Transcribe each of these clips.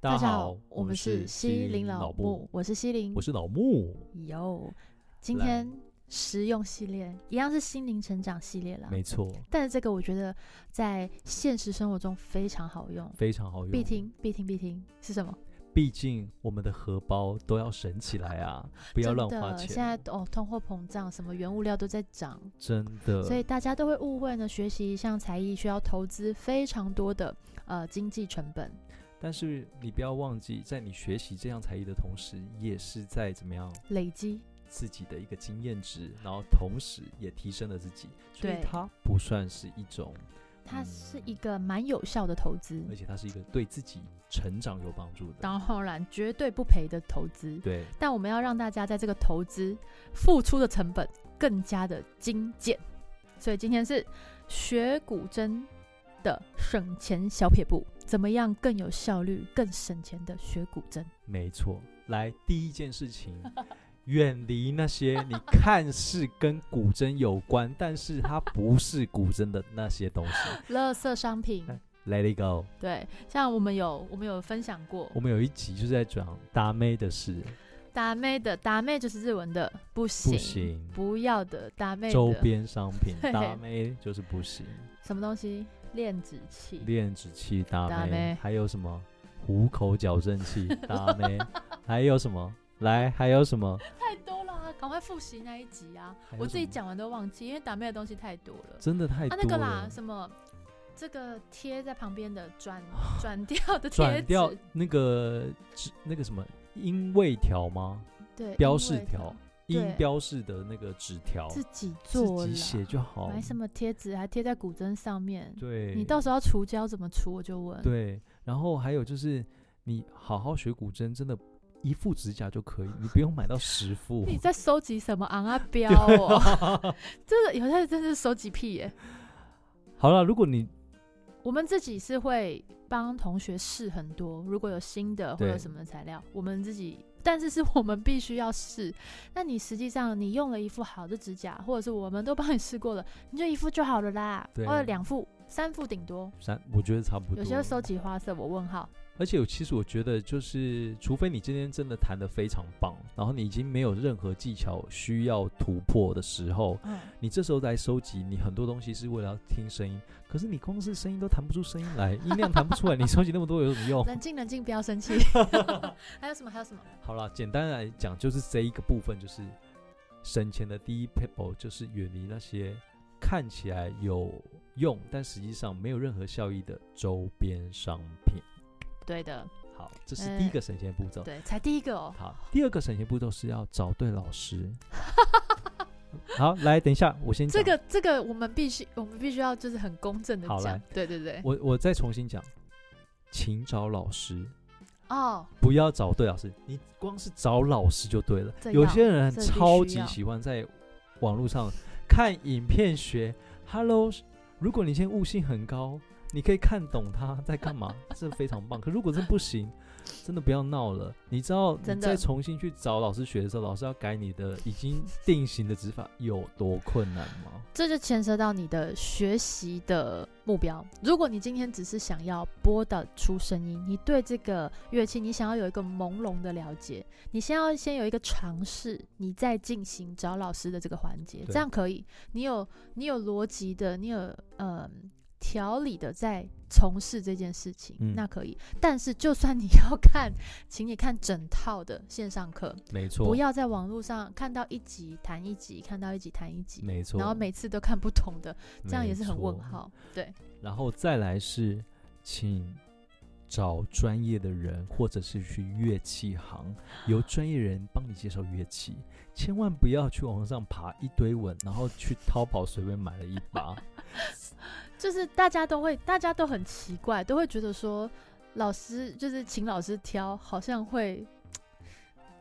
大家好，我们是西林老木，，我是西林我，是老木，有今来天实用系列一样是心灵成长系列啦，没错，但是这个我觉得在现实生活中非常好用，非常好用，必听必听必听是什么？毕竟我们的荷包都要省起来啊，不要真乱的花现在钱，哦，通货膨胀，什么原物料都在涨，真的，所以大家都会误会呢，学习一项才艺需要投资非常多的呃经济成本。但是你不要忘记，在你学习这项才艺的同时，也是在怎么样累积，自己的一个经验值，然后同时也提升了自己，所以对它不算是一种，它嗯是哎一个蛮有效的投资，而且它是一个对自己成长有帮助的。当然绝对不赔的投资。对，但我们要让大家在这个投资付出的成本更加的精简。所以今天是学古筝的省钱小撇步，怎么样更有效率、更省钱的学古筝？没错。来，第一件事情， 远离那些你看似跟古筝有关，但是它不是古筝的那些东 西。垃圾商品，嗯 Let it go。对，像我们有我们有分享过我，们有一集就是在讲打妹的事，打妹的打妹就是日文的不行，不行，不要的打妹的周边商品 对打妹就是不行。什么东西？链子器，练指器大大妹妹，还有什么虎口矫正 器大妹，还有什么？来，还有什么？太多了啊，赶快复习那一集啊！还有我自己什么讲完都忘记，因为打妹的东西太多了。真的太啊多，那个啦，了。什么这个贴在旁边的 转转掉的贴转掉纸，那个指那个什么音位条吗？对，标因示为条它音对标示的那个纸条，自己做自啦己写就好。买什么贴纸还贴在古筝上面？对，你到时候要除胶怎么除？我就问。对，然后还有就是，你好好学古筝，真的，一副指甲就可以，你不用买到十副。你在收集什么昂 啊标哦？真的有些人真是收集癖耶、好了，如果你我们自己是会帮同学试很多，如果有新的或对者什么材料，我们自己，但是是我们必须要试。那你实际上你用了一副好的指甲，或者是我们都帮你试过了，你就一副就好了啦，对或者两副、三副顶多。三，我觉得差不多。有些收集花色，我问号，而且我其实我觉得，就是除非你今天真的弹得非常棒，然后你已经没有任何技巧需要突破的时候，嗯，你这时候来收集，你很多东西是为了要听声音，可是你光是声音都弹不出声音来，音量弹不出来，你收集那么多有什么 用？冷静冷静，不要生 气。还有什么？还有什么？好了，简单来讲，就是这一个部分，就是省钱的第一 p e b l e 就是远离那些看起来有用，但实际上没有任何效益的周边商品。对的，好，这是第一个省钱步骤。对，才第一个哦。好，第二个省钱步骤是要找对老师。 好，来，等一下，我先讲这个这个我们必须我们必须要就是很公正的好讲来，对对对，我我再重新讲，请找老师，哦，不要找对老师，你光是找老师就对了这。有要些人这必须超级要喜欢在网络上看影片学。Hello，如果你现在悟性很高，你可以看懂他在干 嘛，这非常棒。可如果真不行，真的不要闹了。你知道，你真的再重新去找老师学的时候，老师要改你的已经定型的指法有多困难吗？这就牵涉到你的学习的目标。如果你今天只是想要播的出声音，你对这个乐器你想要有一个朦胧的了解，你先要先有一个尝试，你再进行找老师的这个环节，对这样可以。你有你有逻辑的，你有呃条理的在从事这件事情，嗯那可以。但是就算你 要看，请你看整套的线上课，没错，不要在网络上看到一集弹一集，看到一集弹一集。没错，然后每次都看不同的，这样也是很没问错号。对，然后再来是，请找专业的人，或者是去乐器 行，由专业人帮你介绍乐器。千万不要去网上爬一堆文，然后去淘宝随便买了一 把。就是大家都会，大家都很奇怪，都会觉得说，老师就是请老师挑，好像会。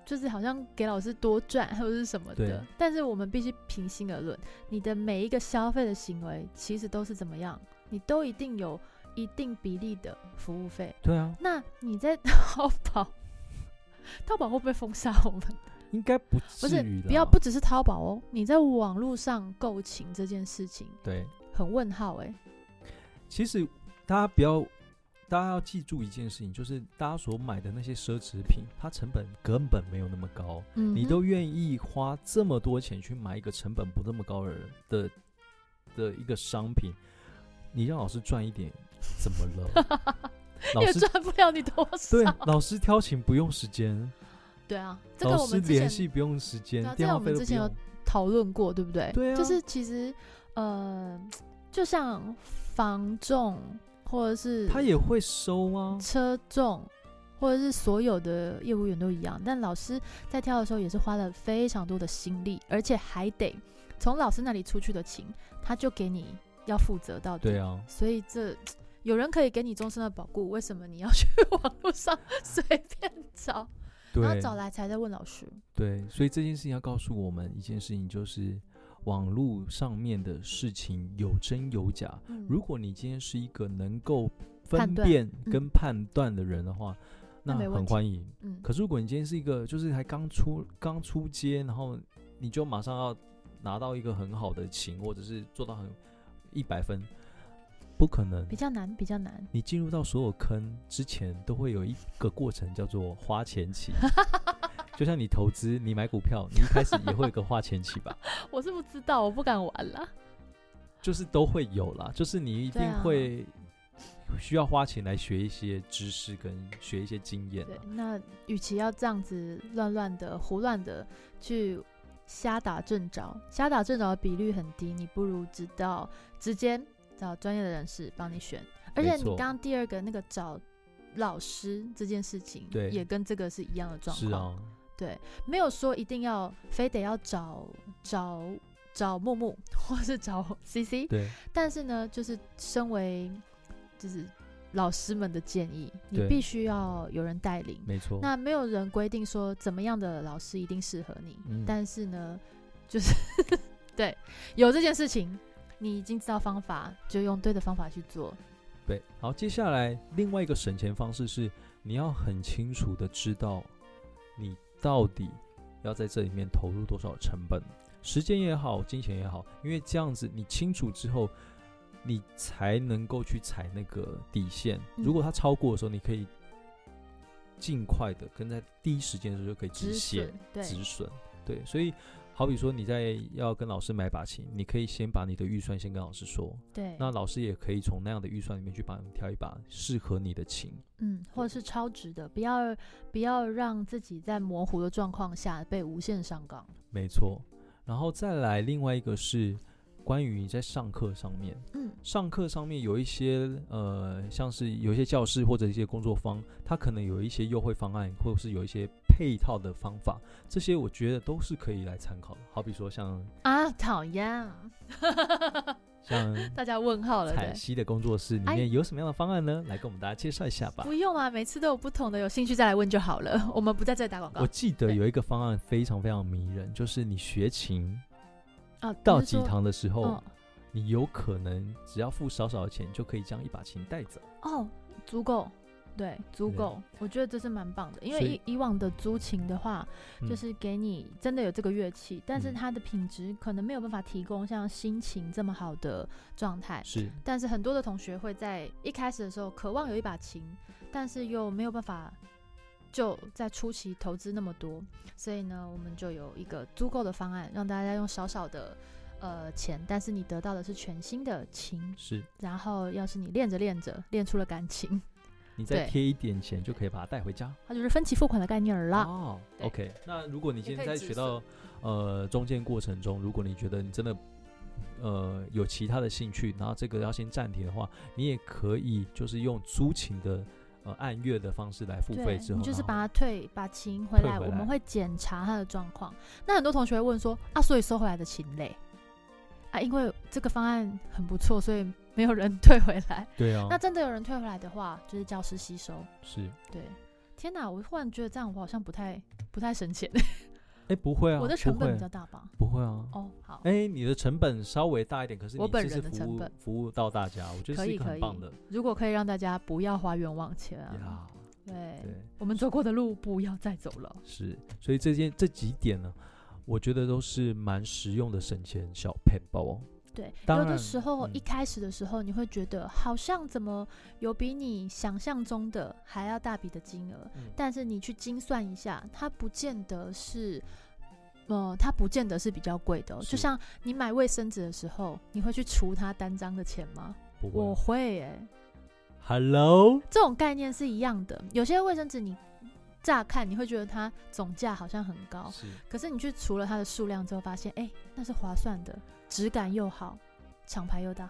就是好像给老师多赚或者是什么对的，但是我们必须平心而论，你的每一个消费的行为其实都是怎么样，你都一定有一定比例的服务费。对啊，那你在 淘宝，淘宝会不会封杀我们？应该不不至是于，啊不要啦不只是淘宝哦，你在网络上购琴这件事情，对。欸很问号哎、其实大家不要大家要记住一件事情，就是大家所买的那些奢侈品，它成本根本没有那么高。嗯哼，你 都愿意花这么多钱去买一个成本不那么高的的的一个商品，你让老师赚一点，怎么了？ 老也师赚不了你多少。对老师挑琴不用时间， 对啊，这个老我师们之联前系不用时间对啊，这电个话费我们都之不前有用。讨论过，对不对？对就啊是其实呃，就像房仲或者是他也会收啊，车重，或者是所有的业务员都一样，但老师在挑的时候也是花了非常多的心力，而且还得从老师那里出去的琴，他就给你要负责到底。对啊，所以这有人可以给你终身的保固，为什么你要 去网络上 随便找， 然后对找来才在问老师？对，所以这件事情要告诉我们一件事情，就是网络上面的事情有真有假，嗯，如果你今天是一个能够判分断辨嗯跟判断的人的话，那那没问很题欢迎。嗯可是如果你今天是一个就是还刚出刚出街，然后你就马上要拿到一个很好的琴，或者是做到很一百分，不可能比。较难，比较难。你进入到所有坑之前，都会有一个过程叫做花钱 期。就像你投资，你买股票，你一开始也会有个花钱期吧？我是不知道，我不敢玩了。就是都会有啦，就是你一对定啊会需要花钱来学一些知识跟学一些经验、对啊。，那与其要这样子乱乱的、胡乱的去瞎打正着，瞎打正着的比率很低，你不如知道直接找专业的人士帮你选。而且没你错刚刚第二个那个找老师这件事情，对也跟这个是一样的状是况。啊，对，没有说一定要非得要找找找木木或是找 CC，对但是呢，就是身为就是老师们的建议，你对哦必须要有人带领。没错。那没有人规定说怎么样的老师一定适合你，嗯但是呢，就是 对有这件事情，你已经知道方法，就用对的方法去做。对，好，接下来另外一个省钱方式是，你要很清楚的知道你到底要在这里面投入多少成本，时间也好，金钱也好，因为这样子你清楚之后，你才能够去踩那个底线。嗯如果它超过的时候，你可以尽快的跟在第一时间的时候就可以止止血损，对，止损。对，所以好比说你在要跟老师买把琴，你可以先把你的预算先跟老师说，对，那老师也可以从那样的预算里面去帮你挑一把适合你的琴。嗯，或者是超值的，不要不要让自己在模糊的状况下被无限上纲。没错，然后再来另外一个是关于你在上课上面，嗯，上课上面有一些呃，像是有一些教室或者一些工作坊，它可能有一些优惠方案，或者是有一些配套的方法，这些我觉得都是可以来参考的。好比说像啊， 讨厌， 像大家问号了，彩对。西的工作室里哎面有什么样的方案呢？来跟我们大家介绍一下吧不。用啊，每次都有不同的，有兴趣再来问就好了。我们不在这里打广告我记得对有一个方案非常非常迷人，就是你学琴啊。到你是几说堂的时候，嗯你有可能只要付少少的钱就可以将一把琴带走。哦，足够，对，足对够，我觉得这是蛮棒的，因为所以以以往的租琴的话，就嗯是给你真的有这个乐器，但是嗯它的品质可能没有办法提供像心情这么好的状态。嗯是，但是很多的同学会在一开始的时候渴望有一把琴，但是又没有办法就在初期投资那么多，所以呢，我们就有一个足够的方案，让大家用少少的呃钱，但是你得到的是全新的琴，是，然后要是你练着练着练出了感情，你再对贴一点钱就可以把它带回家。它就是分期付款的概念儿啦。哦对，OK。那如果你今可天以在学止到呃中间过程中，如果你觉得你真的呃有其他的兴趣，然后这个要先暂停的话，你也可以就是用租琴的呃按月的方式来付费对，之后，你就是然后把它退，把琴回来，退回我们来会检查它的状况。那很多同学会问说啊，所以收回来的琴嘞？啊，因为这个方案很不错，所以没有人 退回来。对啊，那真的有人退回来的话，就是教师吸收。是对，天哪，我忽然觉得这样我好像不太不太省钱，哎不会啊，我的不成本会比较大吧？不会啊。哦，好，哎、你的成本稍微大一点，可是我你本这是人的服成务本服务到大家，我觉得可是以一个可很以棒的如果可以让大家不要花冤枉钱啊，哎呀。对，对，我们走过的路不要再走了。是，所以这件这几点呢，我觉得都是蛮实用的省钱小 p 包哦。对，当有的然时候、嗯一开始的时候，你会觉得好像怎么有比你想象中的还要大笔的金额，嗯但是你去精算一下，它不见得是。呃，它不见得是比较贵的哦、是就像你买卫生纸的时候，你会去除它单张的钱吗？不会。我啊会耶、 Hello，这种概念是一样的。有些卫生纸你乍看你会觉得它总价好像很高，是可是你去除了它的数量之后，发现哎、那是划算的，质感又好，厂牌又大。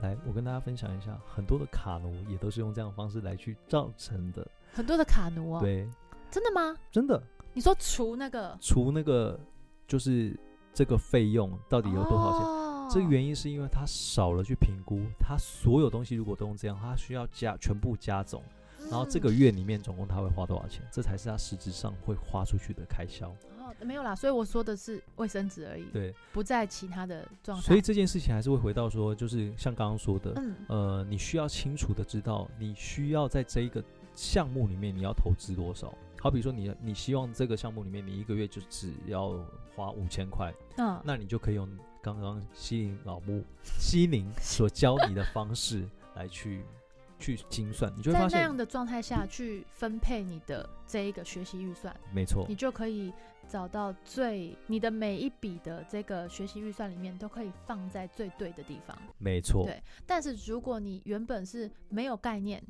来，我跟大家分享一下，很多的卡奴也都是用这样的方式来去造成的。很多的卡奴哦，对，真的吗？真的，你说除那个除那个就是这个费用到到底有多少钱？哦、这个原因是因为他少了去评估，他所有东西如果都用这样，他需要加全部加总，嗯然后这个月里面总共他会花多少钱，这才是他实质上会花出去的开销。嗯、哦没有啦，所以我说的是卫生纸而已，对，不在其他的嗯状态。所以这件事情还是会回到说，就是像刚刚说的，嗯，呃，你需要清楚的知道你需要在这一个项目里面你要投资多少。好比说你你希望这个项目里面你一个月就只要花五千块，嗯那你就可以用刚刚西林老木 西林所教你的方式来去 去精算，你就会在发那现样，的状态下去分配你的这一个学习预算，没错你，就可以找到最你的每一笔的这个学习预算里面都可以放在最对的地方。没错，对但是如果你原本是没有概念，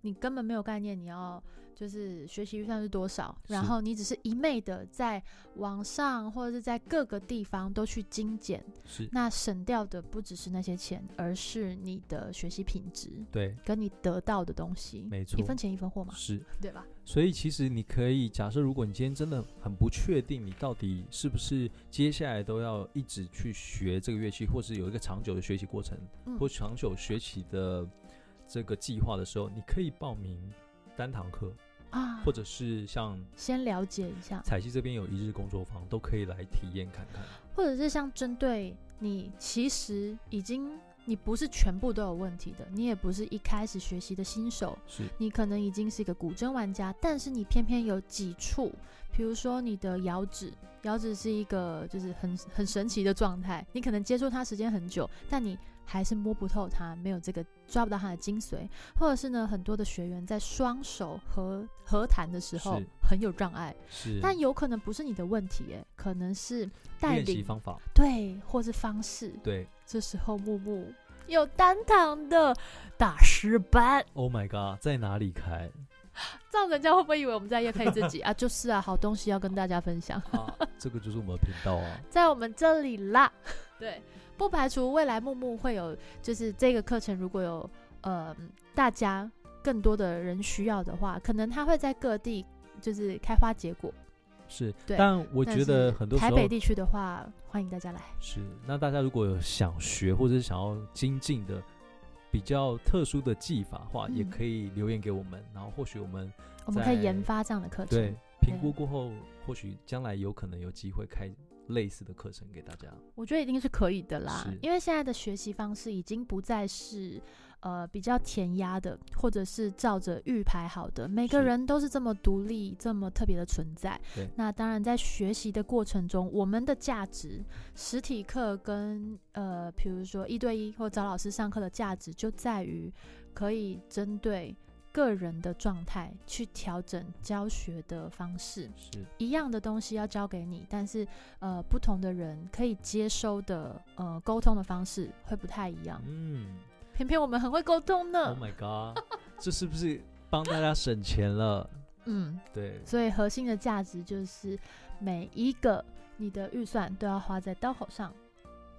你根本没有概念，你要就是学习预算是多少，是然后你只是一昧的在网上或者是在各个地方都去精简，是，那省掉的不只是那些钱，而是你的学习品质对，跟你得到的东西。没错一分钱一分货嘛，是。对吧？所以其实你可以假设，如果你今天真的很不确定你到底是不是接下来都要一直去学这个乐器，或是有一个长久的学习过程，嗯或长久学习的这个计划的时候，你可以报名单堂课，啊，或者是像先了解一下，彩西这边有一日工作坊，都可以来体验看看。或者是像针对你，其实已经你不是全部都有问题的，你也不是一开始学习的新手，是你可能已经是一个古筝玩家，但是你偏偏有几处，比如说你的摇指，摇指是一个就是很很神奇的状态，你可能接触它时间很久，但你还是摸不透它，没有这个抓不到它的精髓，或者是呢，很多的学员在双手合合弹的时候是很有障碍，是，但有可能不是你的问题，诶，可能是带练习领方法对，或是方式，对这时候木木。有单堂的大师班， ，Oh my god，在哪里 开？这样人家会不会以为我们在夜配自己啊？就是啊，好东西要跟大家分享，啊，这个就是我们的频道啊。在我们这里啦。对，不排除未来木木会有，就是这个课程如果有呃大家更多的人需要的话，可能他会在各地就是开花结果。是，对但我我觉得很多时台候北地区的话，欢迎大家来。是，那大家如果有想学或者是想要精进的比较特殊的技法的话，也嗯可以留言给我们，然后或许我们我们可以在研发这样的课程。对评估对过后，或许将来有可能有机会开类似的课程给大家。我觉得一定是可以的啦是，因为现在的学习方式已经不再是呃比较填鸭的，或者是照着预排好的，每个是人都是这么独立、这么特别的存在对。那当然，在学习的过程中，我们的价值，实体课跟呃，比如说一对一或找老师上课的价值，就在于可以针对。个人的状态去调整教学的方式，是，一样的东西要教给你，但是呃，不同的人可以接收的呃沟通的方式会不太一样。嗯偏偏我们很会沟通呢，Oh，my god，这是不是帮大家省钱了？嗯， 对，所以核心的价值就是每一个你的预算都要花在刀口上，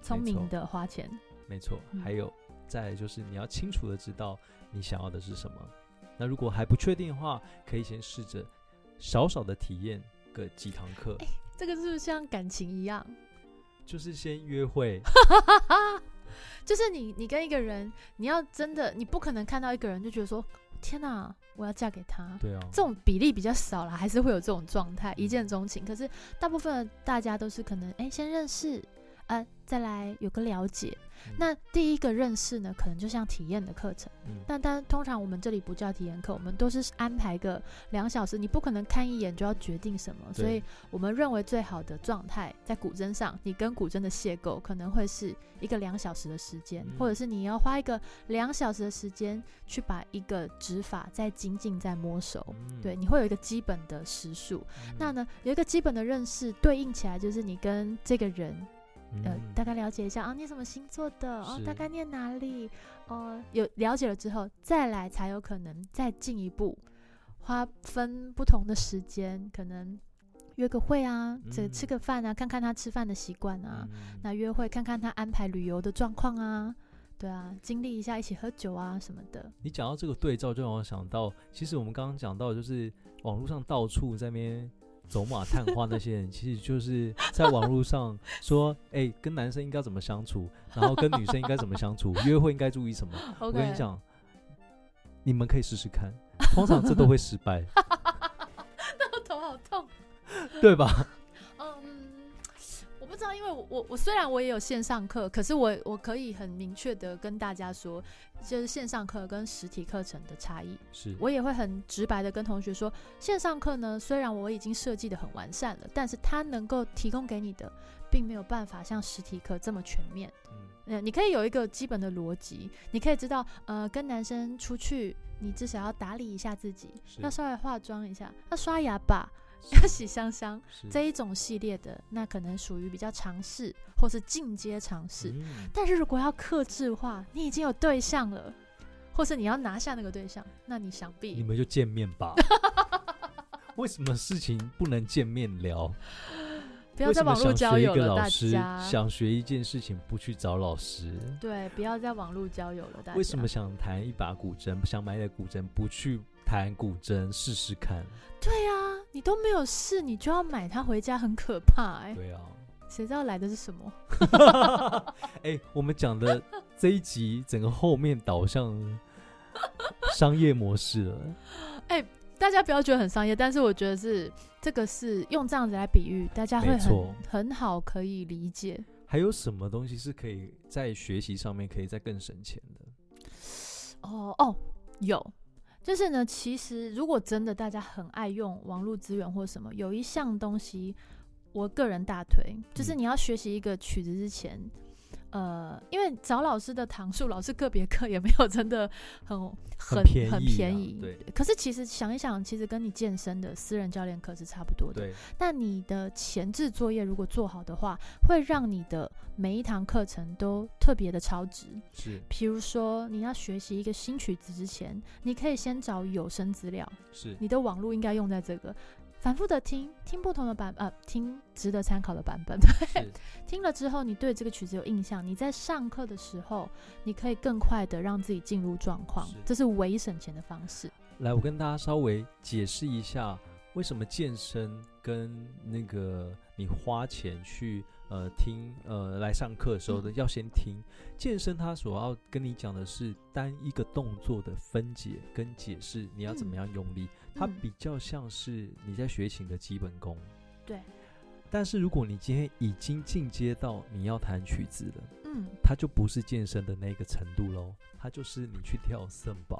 聪明的花钱。没错。嗯还有，再来就是你要清楚的知道你想要的是什么。那如果还不确定的话，可以先试着少少的体验个几堂课。这个是不是像感情一样？就是先约 会，就是你你跟一个人，你要真的，你不可能看到一个人就觉得说，天哪、我要嫁给他。对啊，这种比例比较少啦，嗯还是会有这种状态，一见钟情。可是大部分的大家都是可能，哎、先认识，呃，再来有个了解。嗯那第一个认识呢，可能就像体验的课程，嗯但但通常我们这里不叫体验课，我们都是安排个两小时，你不可能看一眼就要决定什么，对所以我们认为最好的状态在古筝上，你跟古筝的邂逅可能会是一个两小时的时间，嗯或者是你要花一个两小时的时间去把一个指法再精进再摸熟。嗯对，，你会有一个基本的时数，嗯那呢，有一个基本的认识，对应起来就是你跟这个人，呃，嗯大概了解一下啊，你什么星座的？哦，大是概念哪里？哦，有了解了之后，再来才有可能再进一步，花分不同的时间，可能约个会啊，这、吃嗯个饭啊，看看他吃饭的习惯啊，嗯那约会看看他安排旅游的状况啊，对啊，经历一下一起喝酒啊什么的，你讲到这个对照，就让我想到，其实我们刚刚讲到，就是网络上到处在那边走马探花那些人，其实就是在网络上说， 哎、跟男生应该怎么相处，然后跟女生应该怎么相处，约会应该注意什么。我 OK 跟 你讲，你们可以试试看，通常这都会失 败，头好痛。对吧？嗯，我不知道，因为我我我虽然我也有线上课，可是我我可以很明确的跟大家说，就是线上课跟实体课程的差异。是，我也会很直白的跟同学说，线上课呢，虽然我已经设计的很完善了，但是它能够提供给你的，并没有办法像实体课这么全面。 嗯嗯，你可以有一个基本的逻辑，你可以知道，呃，跟男生出去，你至少要打理一下自己，是要稍微化妆一下，要刷牙吧， 要是洗香香。是这一种系列的，那可能属于比较尝试或是进阶尝试。嗯但是如果要克制化，你已经有对象了，或是你要拿下那个对象，那你想你必们就见面 吧。为什么事情不能见面聊？不要在网络交友了，大为什么想学一个家老师，想学一件事情不去找老师？对，不要在网络交友了，大家。为什么想弹一把古筝，想买点古筝不去弹古筝试试看？对啊，你都没有试，你就要买它回家，很可怕哎、对啊，谁知道来的是什么？ 哎、我们讲的这一集整个后面导向商业模式了，大家不要觉得很商业，但是我觉得是这个是用这样子来比喻，大家会没错很很好可以理解。还有什么东西是可以在学习上面可以再更省钱的？哦哦，有，就是呢，其实如果真的大家很爱用网络资源或什么，有一项东西，我个人大推，就是嗯你要学习一个曲子之前。呃，因为找老师的堂数，老师个别课也没有真的很很便宜啊，便宜对可是其实想一想，其实跟你健身的私人教练课是差不多的。对，那你的前置作业如果做好的话，会让你的每一堂课程都特别的超值。是比如说，你要学习一个新曲子之前，你可以先找有声资料，是，你的网络应该用在这个，反复的听，听不同的版，呃，听值得参考的版本。 是听了之后，你对这个曲子有印象，你在上课的时候，你可以更快的让自己进入状况是，这是唯省钱的方式。来，我跟大家稍微解释一下，为什么健身跟那个你花钱去呃听呃来上课的时候的、嗯要先听健身，它所要跟你讲的是单一个动作的分解跟解释，你要怎么嗯样用力，它嗯比较像是你在学琴的基本功。对。但是如果你今天已经进阶到你要弹曲子了，嗯，它就不是健身的那个程度喽，它就是你去跳森巴。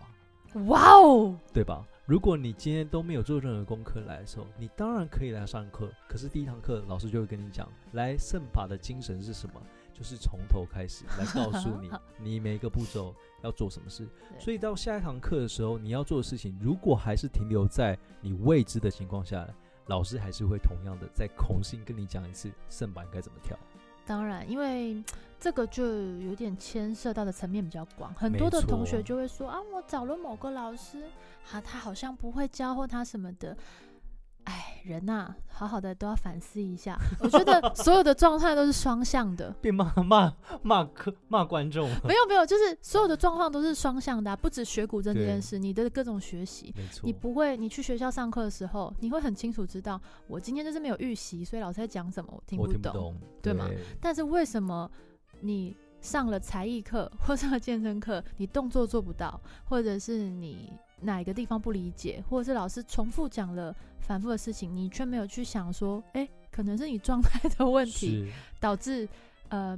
哇哦，对吧？如果你今天都没有做任何功课来的时候，你当然可以来上课。可是第一堂课老师就会跟你讲，来圣法的精神是什么？就是从头开始来告诉 你，你每一个步骤要做什么事。对所以到下一堂课的时候，你要做的事情，如果还是停留在你未知的情况下，老师还是会同样的再重新跟你讲一次圣法应该怎么跳。当然，因为这个就有点牵涉到的层面比较广，很多的没错同学就会说啊，我找了某个老师，啊，他好像不会教或他什么的。哎，人呐、好好的都要反思一下。我 觉得所有的状态都是双向的，被骂骂骂客骂观众，没有没有，就是所有的状况都是双向的、啊，不止学古筝这件事，你的各种学习。没错 你，不会，你去学校上课的时候，你会很清楚知道，我今天就是没有预习，所以老师在讲什么我听我不听懂。懂，对吗？但是为什么你上了才艺课 或上了健身课，你动作做不到，或者是你哪一个地方不理解，或者是老师重复讲了反复的事情，你却没有去想说，哎、可能是你状态的问题是。导致呃，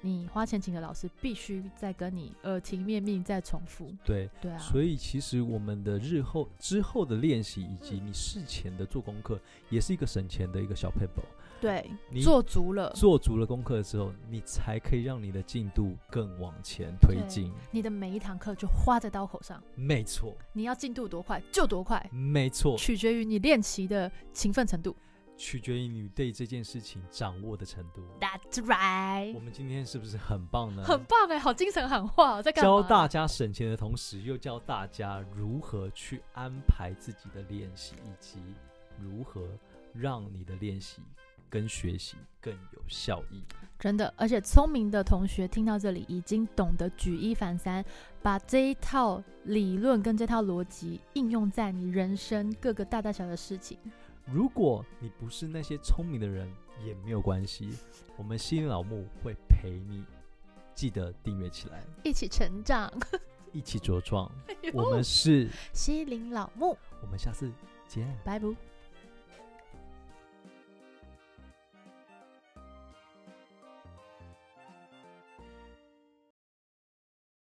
你花钱请的老师必须再跟你耳提面命再重复，对，对啊，所以其实我们的日后之后的练习，以及嗯你事前的做功课，也是一个省钱的一个小 paper。对你，做足了，做足了功课之后，你才可以让你的进度更往前推对进。你的每一堂课就花在刀口上，没错，你要进度多快就多快，没错，取决于你练习的勤奋程度。取决于你对这件事情掌握的程度。 That's 我 right，们今天是不是很棒呢？很棒哎，好精神喊话哦，在干嘛？教大家省钱的同时，又教大家如何去安排自己的练习，以及如何让你的练习跟学习更有效益。真的，而且聪明的同学听到这里，已经懂得举一反三，把这一套理论跟这套逻辑应用在你人生各个大大小小的事情。如果你不是那些聪明的人，也没有关系，我们心灵老木会陪你。记得订阅起来，一起成长，一哎哦起茁壮。我们是， 西林老木，我们下次见。拜拜。